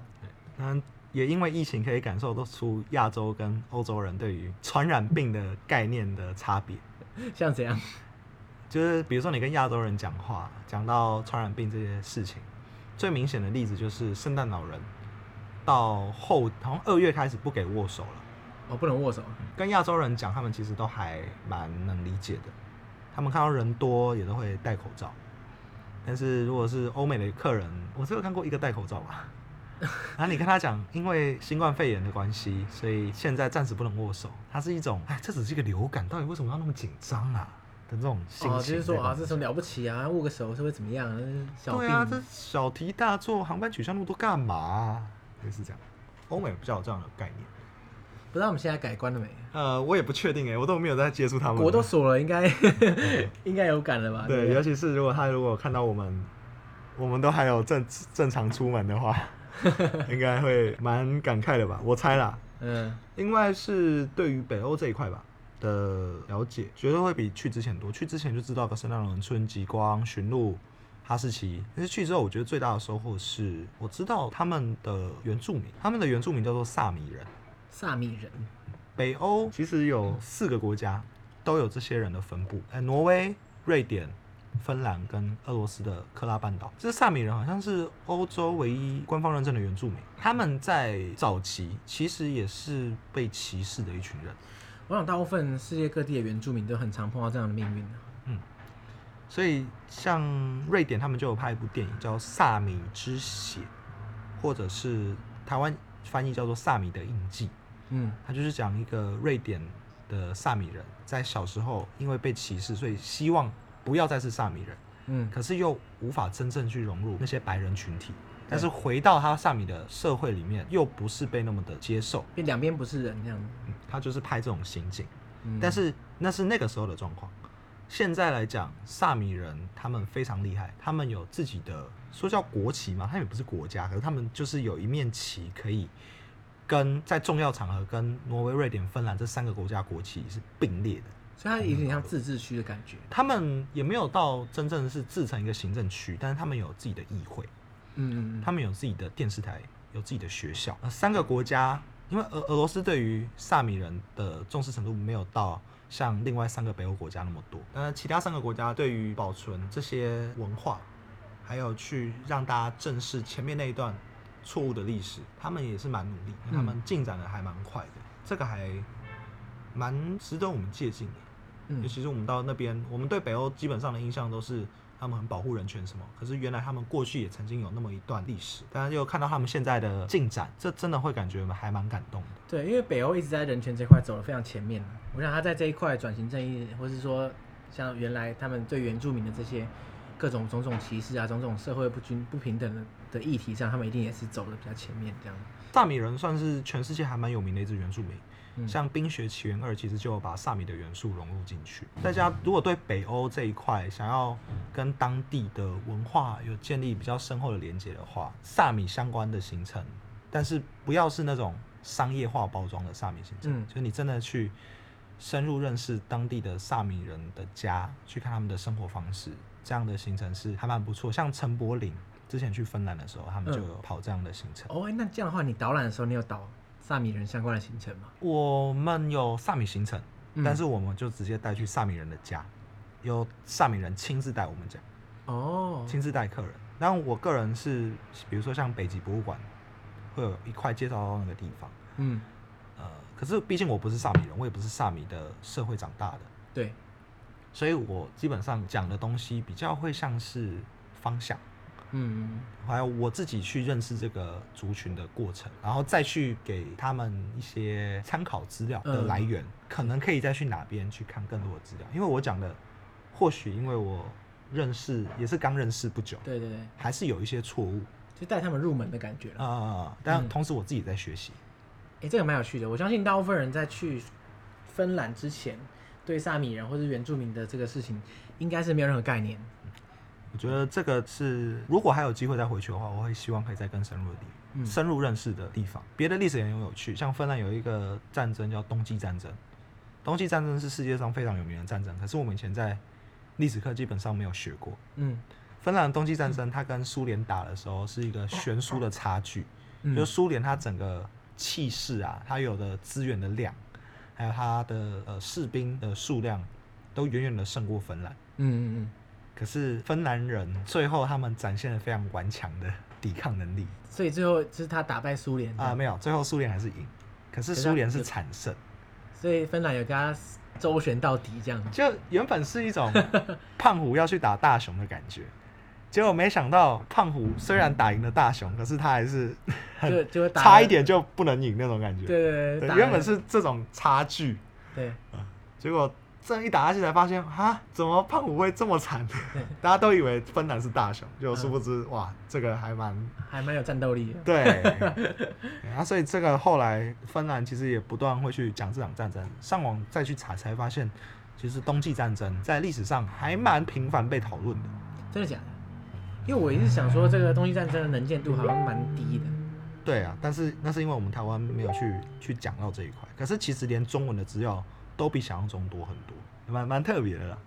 B: 当然，也因为疫情可以感受得出亚洲跟欧洲人对于传染病的概念的差别。
A: 像怎样？
B: 就是比如说你跟亚洲人讲话，讲到传染病这些事情，最明显的例子就是圣诞老人到后好像二月开始不给握手了。
A: 哦，不能握手。
B: 跟亚洲人讲，他们其实都还蛮能理解的。他们看到人多也都会戴口罩，但是如果是欧美的客人，我只有看过一个戴口罩吧。
A: *laughs*
B: 然后你跟他讲，因为新冠肺炎的关系，所以现在暂时不能握手。它是一种，哎，这只是一个流感，到底为什么要那么紧张啊？的这种心情在
A: 哦，
B: 吧。
A: 就是说啊，这什么了不起啊？握个手是会怎么样啊？那是小
B: 对
A: 病。
B: 啊，这小题大做，航班取消那么多干嘛、啊？类似这样，欧美比较有这样的概念。
A: 不知道我们现在改观了没？
B: 呃，我也不确定哎、我都没有在接触他们。
A: 国都
B: *laughs*
A: 锁了，应该 *laughs* 应该有感了吧？啊对
B: 对，
A: 不对，
B: 尤其是如果他如果看到我们，我们都还有正正常出门的话，应该会蛮感慨的吧？我猜啦，
A: 嗯，
B: 因为是对于北欧这一块吧的了解，绝对会比去之前多。去之前就知道个圣诞老人村、极光、驯鹿、哈士奇，但是去之后，我觉得最大的收获是，我知道他们的原住民，他们的原住民叫做萨米人。
A: 萨米人，
B: 北欧其实有四个国家都有这些人的分布，哎，挪威、瑞典、芬兰跟俄罗斯的克拉半岛。这萨米人好像是欧洲唯一官方认证的原住民，他们在早期其实也是被歧视的一群人，
A: 我想大部分世界各地的原住民都很常碰到这样的命运啊
B: 所以像瑞典他们就有拍一部电影叫《萨米之血》，或者是台湾翻译叫做《萨米的印记》。
A: 嗯，
B: 他就是讲一个瑞典的萨米人，在小时候因为被歧视，所以希望不要再是萨米人，
A: 嗯，
B: 可是又无法真正去融入那些白人群体。但是
A: 对
B: 回到他萨米的社会里面，又不是被那么的接受，
A: 变两边不是人这样子。
B: 嗯他就是拍这种心境。
A: 嗯
B: 但是那是那个时候的状况。现在来讲，萨米人他们非常厉害，他们有自己的说叫国旗嘛，他们也不是国家，可是他们就是有一面旗可以跟在重要场合跟挪威、瑞典、芬兰这三个国家国旗是并列的。
A: 所以它有点像自治区的感觉。
B: 他们也没有到真正是自成一个行政区，但是他们有自己的议会，
A: 嗯嗯嗯，
B: 他们有自己的电视台，有自己的学校。呃，三个国家，因为俄俄罗斯对于萨米人的重视程度没有到像另外三个北欧国家那么多，但是其他三个国家对于保存这些文化，还有去让大家正视前面那一段错误的历史，他们也是蛮努力，他们进展的还蛮快的，这个还蛮值得我们借鉴的。尤
A: 嗯
B: 其是我们到那边，我们对北欧基本上的印象都是他们很保护人权什么，可是原来他们过去也曾经有那么一段历史，但是又看到他们现在的进展，这真的会感觉还蛮感动的。
A: 对，因为北欧一直在人权这块走的非常前面啊，我想他在这一块转型正义，或是说像原来他们对原住民的这些各种种种歧视啊、种种社会不均不平等的的议题上，他们一定也是走的比较前面这样。
B: 萨米人算是全世界还蛮有名的一支原住民，
A: 嗯
B: 像《冰雪奇缘二》其实就有把萨米的元素融入进去。大家如果对北欧这一块想要跟当地的文化有建立比较深厚的连接的话，萨米相关的行程，但是不要是那种商业化包装的萨米行程，
A: 嗯
B: 就是你真的去深入认识当地的萨米人的家，去看他们的生活方式，这样的行程是还蛮不错。像陈柏霖之前去芬兰的时候，他们就
A: 嗯
B: 有跑这样的行程。
A: 哦，哎那这样的话，你导览的时候，你有导萨米人相关的行程吗？
B: 我们有萨米行程，
A: 嗯
B: 但是我们就直接带去萨米人的家，由萨米人亲自带我们讲，
A: 哦，
B: 亲自带客人。然后我个人是，比如说像北极博物馆，会有一块介绍到那个地方。
A: 嗯，
B: 呃，可是毕竟我不是萨米人，我也不是萨米的社会长大的，
A: 对，嗯
B: 所以我基本上讲的东西比较会像是方向，
A: 嗯，
B: 还有我自己去认识这个族群的过程，然后再去给他们一些参考资料的来源，可能可以再去哪边去看更多的资料。因为我讲的，或许因为我认识也是刚认识不久，
A: 对对对，
B: 还是有一些错误
A: 就带他们入门的感觉了。
B: 啊，但
A: 嗯
B: 同时我自己在学习。
A: 哎、这个蛮有趣的。我相信大部分人在去芬兰之前，对萨米人或是原住民的这个事情，应该是没有任何概念。
B: 我觉得这个是，如果还有机会再回去的话，我会希望可以再更深入的地
A: 嗯
B: 深入认识的地方。别的历史也很有趣，像芬兰有一个战争叫冬季战争，冬季战争是世界上非常有名的战争，可是我们以前在历史课基本上没有学过。
A: 嗯
B: 芬兰的冬季战争，它跟苏联打的时候是一个悬殊的差距，
A: 嗯
B: 就苏联它整个气势啊，它有的资源的量，还有它的呃士兵的数量，都远远的胜过芬兰。
A: 嗯嗯嗯，
B: 可是芬兰人最后他们展现了非常顽强的抵抗能力
A: 所以最后就是他打败苏联
B: 啊、
A: 这样
B: 没有，最后苏联还是赢，可是
A: 啊
B: 苏联是惨胜，
A: 所以芬兰有跟他周旋到底这样。
B: 就原本是一种 *laughs* 胖虎要去打大熊的感觉，结果没想到胖虎虽然打赢了大熊，可是他还是
A: 就就会打
B: 差一点就不能赢那种感觉。
A: 对对
B: 对
A: 对，打
B: 原本是这种差距，
A: 对
B: 结果这一打下去才发现，啊，怎么胖虎会这么惨？大家都以为芬兰是大熊，就殊不知、
A: 嗯
B: 哇，这个还蛮
A: 还蛮有战斗力的。
B: 对， *laughs* 对啊，所以这个后来芬兰其实也不断会去讲这场战争，上网再去查才发现，其实冬季战争在历史上还蛮频繁被讨论的。
A: 真的假的？因为我一直想说这个东西战争的能见度好像蛮低的，
B: 对啊，但是那是因为我们台湾没有去去讲到这一块，可是其实连中文的资料都比想象中多很多，蛮蛮特别的啦。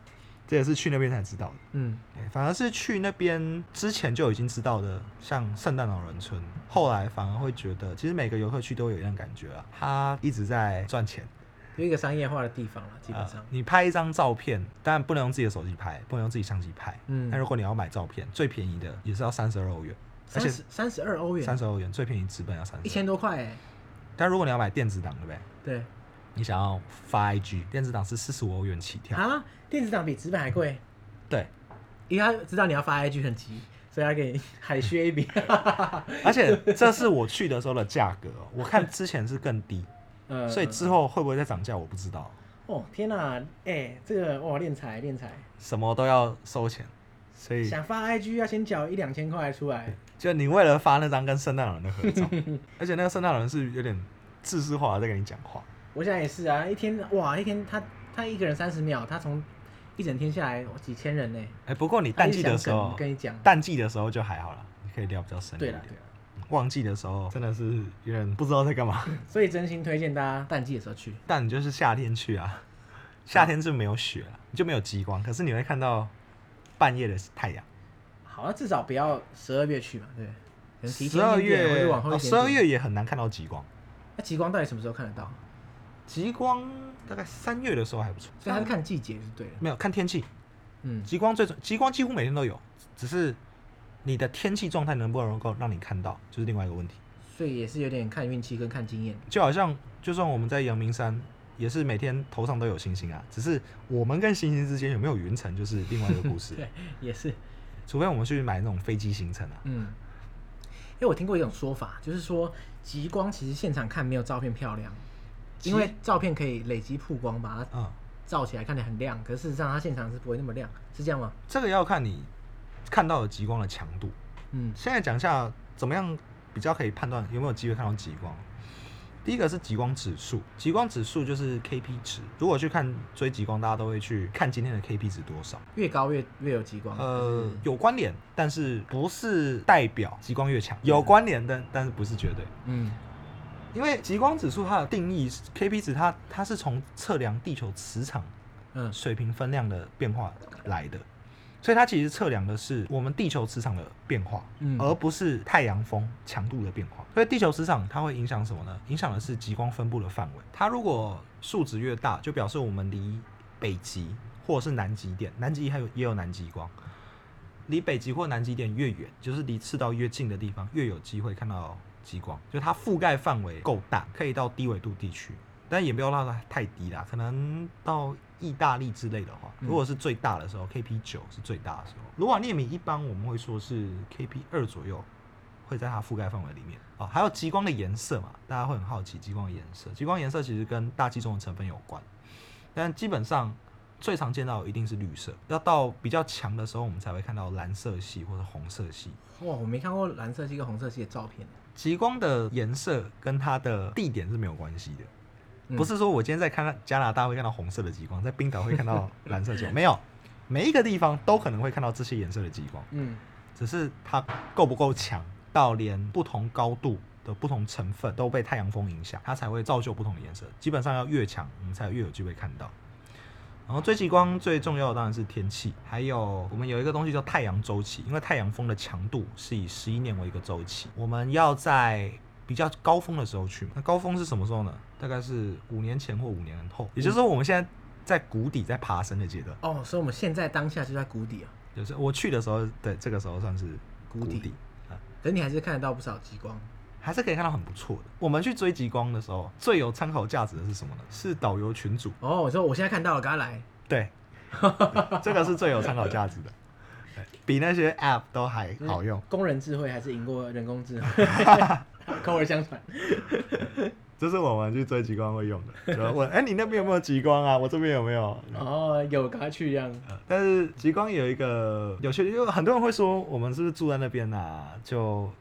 B: 这也是去那边才知道的。
A: 嗯，
B: 欸反而是去那边之前就已经知道的，像圣诞老人村，后来反而会觉得，其实每个游客去都有一样感觉啊，他一直在赚钱。
A: 有一个商业化的地方了，基本上
B: 呃，你拍一张照片，当然不能用自己的手机拍，不能用自己相机拍。
A: 嗯
B: 那如果你要买照片，最便宜的也是要三十二欧元，而
A: 三
B: 且
A: 十三十二欧元，
B: 三十欧元最便宜纸本要三
A: 一
B: 十。
A: 千多块哎，
B: 但如果你要买电子档，对不对？
A: 对
B: 你想要发 IG，电子档是四十五欧元起跳。
A: 啊，电子档比纸板还贵，
B: 对，
A: 因为他知道你要发 IG 很急，所以他给你海削一
B: *laughs*
A: 笔，
B: 而且这是我去的时候的价格哦、我看之前是更
A: *laughs*
B: 低，
A: 呃
B: 所以之后会不会再涨价我不知道，
A: 哦天哪、哎、这个哇练财练财，
B: 什么都要收钱，所以
A: 想发 IG 要先缴一两千块出来，
B: 就你为了发那张跟圣诞老人的合照， *laughs* 而且那个圣诞老人是有点自私化的在跟你讲话，
A: 我想也是啊，一天哇一天他他一个人三十秒，他从一整天下来哇几千人呢、
B: 哎、不过你
A: 他
B: 淡
A: 一
B: 季
A: 想
B: 的时
A: 梗
B: 候，
A: 跟你讲，
B: 淡季的时候就还好了，你可以聊比较深一
A: 对
B: 点
A: 了。对了。
B: 旺季的时候真的是有点不知道在干嘛，
A: 所以真心推荐大家淡季的时候去。
B: *laughs* 但你就是夏天去啊，夏天是没有雪了，你就没有极光，可是你会看到半夜的太阳。
A: 好，那至少不要十二月去嘛，对。可能提前
B: 十二
A: 一点或
B: 月
A: 者往后一
B: 哦，
A: 点点
B: 十二月，也很难看到极光。
A: 那极光到底什么时候看得到？
B: 极光大概三月的时候还不错，
A: 所以它是看季节就对了。
B: 没有看天气。
A: 嗯，
B: 极光最准，极光几乎每天都有，只是你的天气状态能不能够让你看到，就是另外一个问题。
A: 所以也是有点看运气跟看经验。
B: 就好像就算我们在阳明山，也是每天头上都有星星啊，只是我们跟星星之间有没有云层，就是另外一个故事。
A: 对， *laughs* 也是。
B: 除非我们去买那种飞机行程啊，
A: 嗯，因为我听过一种说法，就是说极光其实现场看没有照片漂亮，
B: 极
A: 因为照片可以累积曝光，把它
B: 嗯，
A: 照起来看起来很亮，可是事实上它现场是不会那么亮，是这样吗？
B: 这个要看你看到的极光的强度。
A: 嗯
B: 现在讲一下怎么样比较可以判断有没有机会看到极光。第一个是极光指数，极光指数就是 KP 值。如果去看追极光，大家都会去看今天的 KP 值多少。
A: 越高越越有极光。
B: 呃，有关联，但是不是代表极光越强？有关联，但但是不是绝对。
A: 嗯
B: 因为极光指数它的定义是 KP 值它，它是从测量地球磁场
A: 嗯
B: 水平分量的变化来的，所以它其实测量的是我们地球磁场的变化，
A: 嗯
B: 而不是太阳风强度的变化。所以地球磁场它会影响什么呢？影响的是极光分布的范围。它如果数值越大，就表示我们离北极或者是南极点，南极还有也有南极光，离北极或南极点越远，就是离赤道越近的地方，越有机会看到极光。就它覆盖范围够大，可以到低纬度地区，但也不要让它太低啦，可能到意大利之类的话，
A: 嗯
B: 如果是最大的时候，KP 九是最大的时候。鲁瓦涅米一般我们会说是 KP 二左右。会在它覆盖范围里面哦，还有极光的颜色嘛，大家会很好奇极光的颜色。极光颜色其实跟大气中的成分有关，但基本上最常见到的一定是绿色，要到比较强的时候，我们才会看到蓝色系或者红色系。
A: 哇，我没看过蓝色系跟红色系的照片。
B: 极光的颜色跟它的地点是没有关系的，
A: 嗯
B: 不是说我今天在看到加拿大会看到红色的极光，在冰岛会看到蓝色极光，没有，每一个地方都可能会看到这些颜色的极光，
A: 嗯
B: 只是它够不够强，到连不同高度。的不同成分都被太阳风影响，它才会造就不同的颜色。基本上要越强，我们才越有机会看到。然后追极光最重要的当然是天气，还有我们有一个东西叫太阳周期，因为太阳风的强度是以十一年为一个周期，我们要在比较高峰的时候去嘛。那高峰是什么时候呢？大概是五年前或五年后，也就是说我们现在在谷底在爬升的阶段，
A: 哦，所以我们现在当下就在谷底啊，
B: 就是我去的时候，对这个时候算是
A: 谷
B: 谷
A: 底
B: 底
A: 可是你还是看得到不少极光。
B: 还是可以看到很不错的。我们去追极光的时候，最有参考价值的是什么呢？是导游群组，
A: 哦，我说我现在看到了，赶快来。
B: 对， *laughs* 这个是最有参考价值的，对比那些 App 都还好用。
A: 工人智慧还是赢过人工智慧，
B: *laughs*
A: 口耳相传。
B: 这是我们去追极光会用的，就问：哎、你那边有没有极光啊？我这边有没有？
A: 哦，有赶快去这样。
B: 呃但是极光有一个有趣，因为很多人会说，我们是不是住在那边啊？就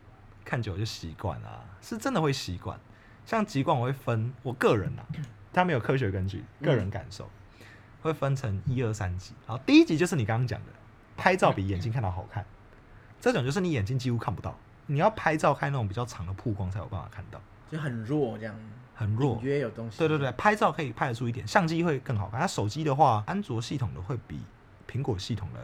B: 看久了就习惯啊，是真的会习惯。像极光，我会分我个人啊，它没有科学根据，个人感受、会分成一二三级。然后第一级就是你刚刚讲的，拍照比眼睛看到好看，这种就是你眼睛几乎看不到，你要拍照开那种比较长的曝光才有办法看到，
A: 就很弱这样，
B: 很弱
A: 隐。约有东西。
B: 对对对，拍照可以拍得出一点，相机会更好看。它手机的话，安卓系统的会比苹果系统的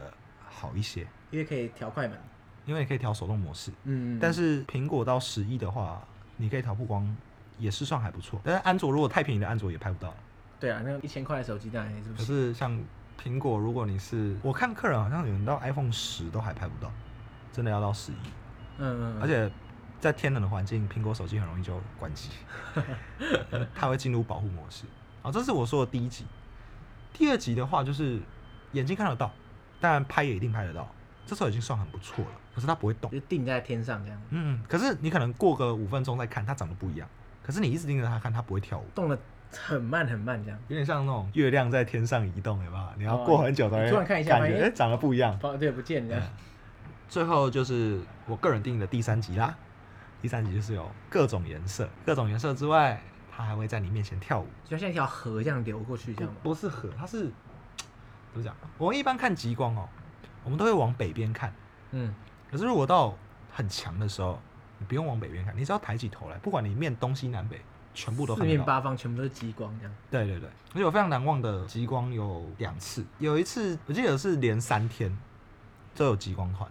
B: 好一些，
A: 因为可以调快门。
B: 因为你可以调手动模式。
A: 嗯，
B: 但是苹果到十一的话，你可以调曝光，也是算还不错。但是安卓如果太便宜的安卓也拍不到。
A: 对啊，那个一千块的手机当然也是不
B: 可
A: 行。
B: 是像苹果，如果你是我看客人好像有人到 iPhone 十都还拍不到，真的要到十一，
A: 嗯，嗯
B: 而且在天冷的环境，苹果手机很容易就关
A: *laughs*
B: 机，它会进入保护模式。啊、这是我说的第一集。第二集的话，就是眼睛看得到，当然拍也一定拍得到，这时候已经算很不错了。可是它不会动。
A: 就定在天上这样，
B: 嗯，可是你可能过个五分钟再看，它长得不一样。可是你一直盯着它看，它不会跳舞，
A: 动的很慢很慢这样。
B: 有点像那种月亮在天上移动，有没有？你要
A: 哦
B: 过很久才会、
A: 你突然看一下
B: 感
A: 发
B: 觉哎、
A: 现
B: 长得不一样。
A: 哦，对，不见这样。
B: 最后就是我个人定义的第三集啦。第三集就是有各种颜色，各种颜色之外，它还会在你面前跳舞。
A: 就像一条河这样流过去这样嘛。
B: 不是河，它是怎么讲？我们一般看极光哦，我们都会往北边看。
A: 嗯，
B: 可是如果到很强的时候，你不用往北边看，你只要抬起头来，不管你面东西南北，全部都
A: 四
B: 看得
A: 面
B: 到。
A: 八方全部都是极光这样。
B: 对对对，而且我非常难忘的极光有两次，有一次我记得是连三天都有极光团，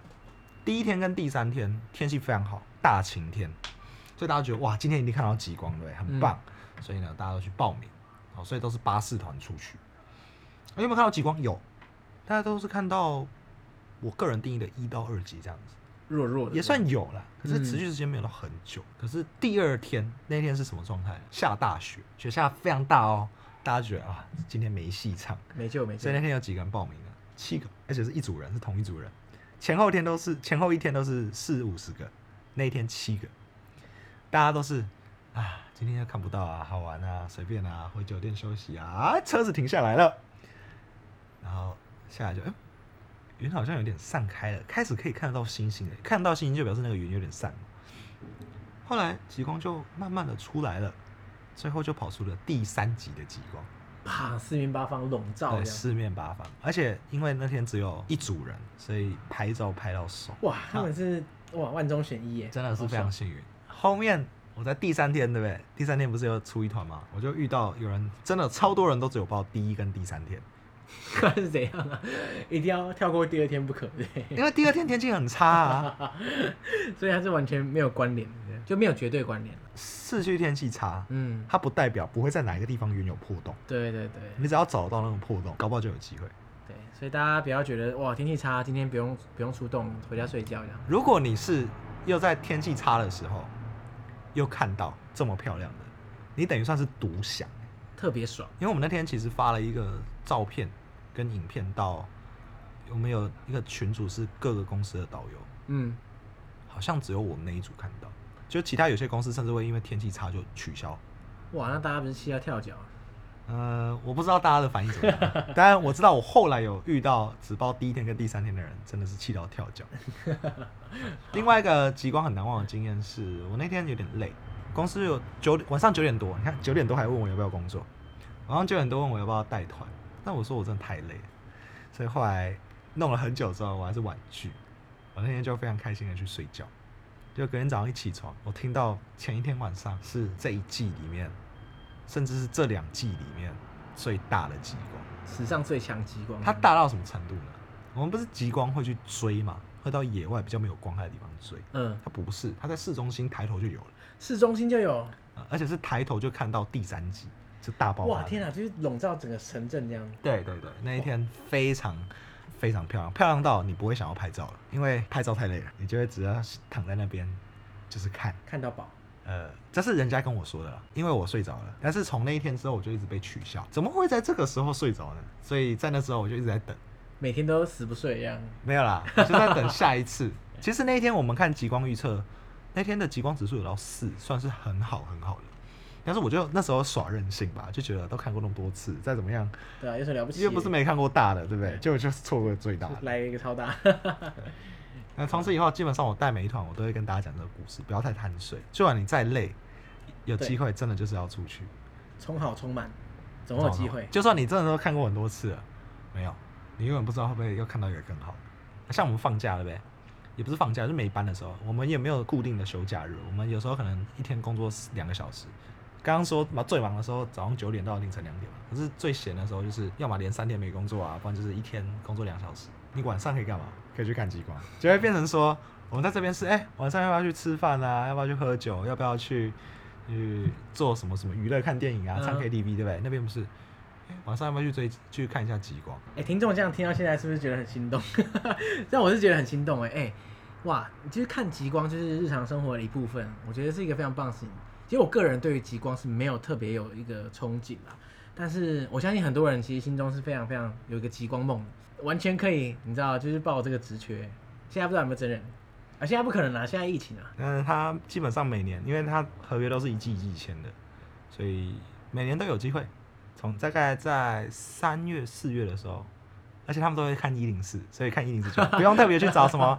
B: 第一天跟第三天天气非常好，大晴天，所以大家觉得哇，今天一定看到极光对不对，很棒，所以呢大家都去报名，哦，所以都是巴士团出去。啊有没有看到极光？有，大家都是看到我个人定义的一到二级这样子，
A: 弱弱的，
B: 也算有啦，可是
A: 嗯
B: 持续时间没有到很久。可是第二天那天是什么状态？下大雪，雪下非常大哦，大家觉得啊，今天没戏唱。
A: 没救没救
B: 所以。那天有几个人报名啊？七个，而且是一组人，是同一组人。前后天都是，前后一天都是四五十个，那一天七个，大家都是啊，今天又看不到啊，好玩啊，随便啊，回酒店休息啊，啊车子停下来了，然后下来就，嗯，云好像有点散开了，开始可以看得到星星了，看得到星星就表示那个云有点散了。后来极光就慢慢的出来了，最后就跑出了第三集的极光。
A: 啪，四面八方笼罩
B: 对，
A: 这样。
B: 四面八方，而且因为那天只有一组人，所以拍照拍到手，
A: 哇，他们是哇万中选一耶，
B: 真的是非
A: 好
B: 常
A: 爽
B: 幸运。后面我在第三天，对不对？第三天不是又出一团吗？我就遇到有人真的超多人都只有报第一跟第三天，
A: 是怎样啊？ *laughs* 一定要跳过第二天不可， *laughs* 对，
B: 因为第二天天气很差 *laughs* 啊，
A: 所以它是完全没有关联的，对就没有绝对关联了
B: 市区天气差，
A: 嗯，
B: 它不代表不会在哪一个地方云有破洞，
A: 对对对
B: 你只要找到那种破洞，搞不好就有机会。
A: 对，所以大家不要觉得哇天气差，今天不用不用出动，回家睡觉这样。
B: 如果你是又在天气差的时候又看到这么漂亮的，你等于算是独享。
A: 特别爽，
B: 因为我们那天其实发了一个照片跟影片到，我们有一个群组是各个公司的导游，
A: 嗯，
B: 好像只有我们那一组看到，就其他有些公司甚至会因为天气差就取消。
A: 哇，那大家不是气到跳脚啊？
B: 呃，我不知道大家的反应怎么样， *laughs* 当然我知道我后来有遇到只报第一天跟第三天的人，真的是气到跳脚。另外一个极光很难忘的经验是，我那天有点累，公司有九晚上九点多，你看九点多还问我要不要工作，晚上九点多问我要不要带团，但我说我真的太累了，所以后来弄了很久之后，我还是婉拒。我那天就非常开心的去睡觉，就隔天早上一起床，我听到前一天晚上是这一季里面，甚至是这两季里面最大的极光。
A: 史上最强极光，
B: 它大到什么程度呢？我们不是极光会去追嘛，会到野外比较没有光害的地方追。
A: 嗯，
B: 它不是，它在市中心抬头就有了，
A: 市中心就有，
B: 呃而且是抬头就看到第三季，是大爆发。
A: 哇天！啊哪，就是笼罩整个城镇这样，
B: 对对对，那一天非常非常漂亮，漂亮到你不会想要拍照了，因为拍照太累了，你就会只要躺在那边就是看。
A: 看到宝，
B: 呃，这是人家跟我说的啦，因为我睡着了。但是从那一天之后，我就一直被取笑，怎么会在这个时候睡着呢？所以在那之后，我就一直在等，
A: 每天都死不睡一样，
B: 没有啦，我就在等下一次。 *laughs* 其实那一天我们看极光预测，那天的极光指数有到四，算是很好很好的。但是我就那时候耍任性吧，就觉得都看过那么多次，再怎么样
A: 对啊，有什么了不起？
B: 又不是没看过大的，对不对？
A: 对
B: 结果就是错过最大的。
A: 来一个超大， *laughs*
B: 那从此以后，基本上我带每一团，我都会跟大家讲这个故事，不要太贪睡。就算你再累，有
A: 对
B: 机会真的就是要出去。
A: 充好充满，总会有机会。
B: 哦就算你真的都看过很多次了，没有，你永远不知道会不会又看到一个更好的。像我们放假了呗，也不是放假，就是没班的时候，我们也没有固定的休假日，我们有时候可能一天工作两个小时。刚刚说嘛，最忙的时候早上九点到凌晨两点嘛，可是最闲的时候就是要么连三天没工作啊，不然就是一天工作两小时。你晚上可以干嘛？可以去看极光，就会变成说我们在这边是哎、晚上要不要去吃饭啊？要不要去喝酒？要不要去去做什么什么娱乐、看电影啊、唱
A: 嗯
B: KTV 对不对？那边不是、哎晚上要不要去追去看一下极光？
A: 哎、听众这样听到现在是不是觉得很心动？ *laughs* 但我是觉得很心动哎、哎、哇，就是看极光就是日常生活的一部分，我觉得是一个非常棒的事情。其实我个人对于极光是没有特别有一个憧憬啦，但是我相信很多人其实心中是非常非常有一个极光梦的，完全可以，你知道，就是报这个职缺。现在不知道有没有真人啊？现在不可能啦，现在疫情啊。
B: 但是他基本上每年，因为他合约都是一季一季签的，所以每年都有机会。从大概在三月、四月的时候，而且他们都会看一零四，所以看一零四就不用特别去找什么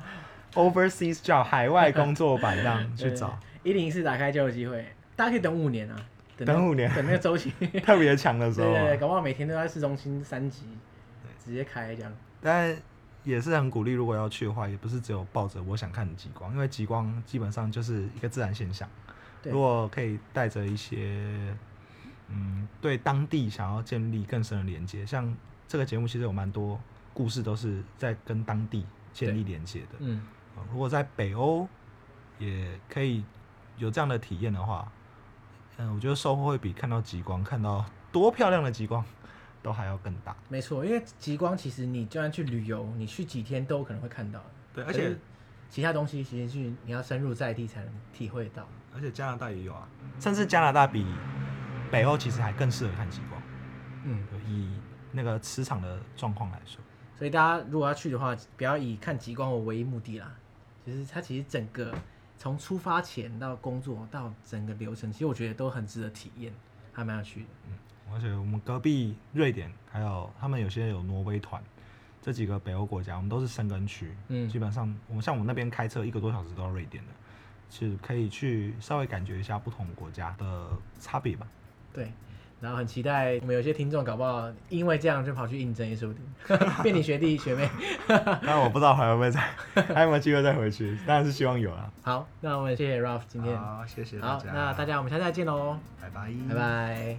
B: overseas job 海外工作版这
A: *laughs*
B: 样去找，
A: 一零四打开就有机会，大家可以等五年啊，等那
B: 等五年
A: *laughs* 等那个周期。
B: 特别强的时
A: 对
B: 候、
A: 对
B: 啊
A: 对，。搞不好每天都在市中心三级，直接开这样。
B: 但也是很鼓励，如果要去的话，也不是只有抱着我想看极光，因为极光基本上就是一个自然现象。
A: 对
B: 如果可以带着一些，嗯，对当地想要建立更深的连接，像这个节目其实有蛮多故事都是在跟当地建立连接的。
A: 嗯，
B: 呃如果在北欧也可以有这样的体验的话，嗯，我觉得收获会比看到极光、看到多漂亮的极光都还要更大。
A: 没错，因为极光其实你就算去旅游，你去几天都有可能会看到。
B: 对，
A: 可
B: 而且
A: 是其他东西其实去你要深入在地才能体会到。
B: 而且加拿大也有啊，甚至加拿大比北欧其实还更适合看极光，
A: 嗯，
B: 对以那个磁场的状况来说。
A: 所以大家如果要去的话，不要以看极光为唯一目的啦。就是它其实整个从出发前到工作到整个流程，其实我觉得都很值得体验，还蛮有趣的。
B: 而且我们隔壁瑞典还有他们有些有挪威团，这几个北欧国家，我们都是申根区，
A: 嗯
B: 基本上我们像我们那边开车一个多小时到瑞典的，是可以去稍微感觉一下不同国家的差别
A: *laughs*
B: 吧。
A: 对，然后很期待我们有些听众搞不好因为这样就跑去应征也说不定， *laughs*
B: *laughs*
A: 变你学弟学妹。
B: 但我不知道还会不会再 *laughs* 还有没有机会再回去，当然是希望有啊。
A: 好，那我们谢谢 Ralph 今天。
B: 好，谢谢
A: 好，那大家我们下次再见喽，
B: 拜拜，
A: 拜拜。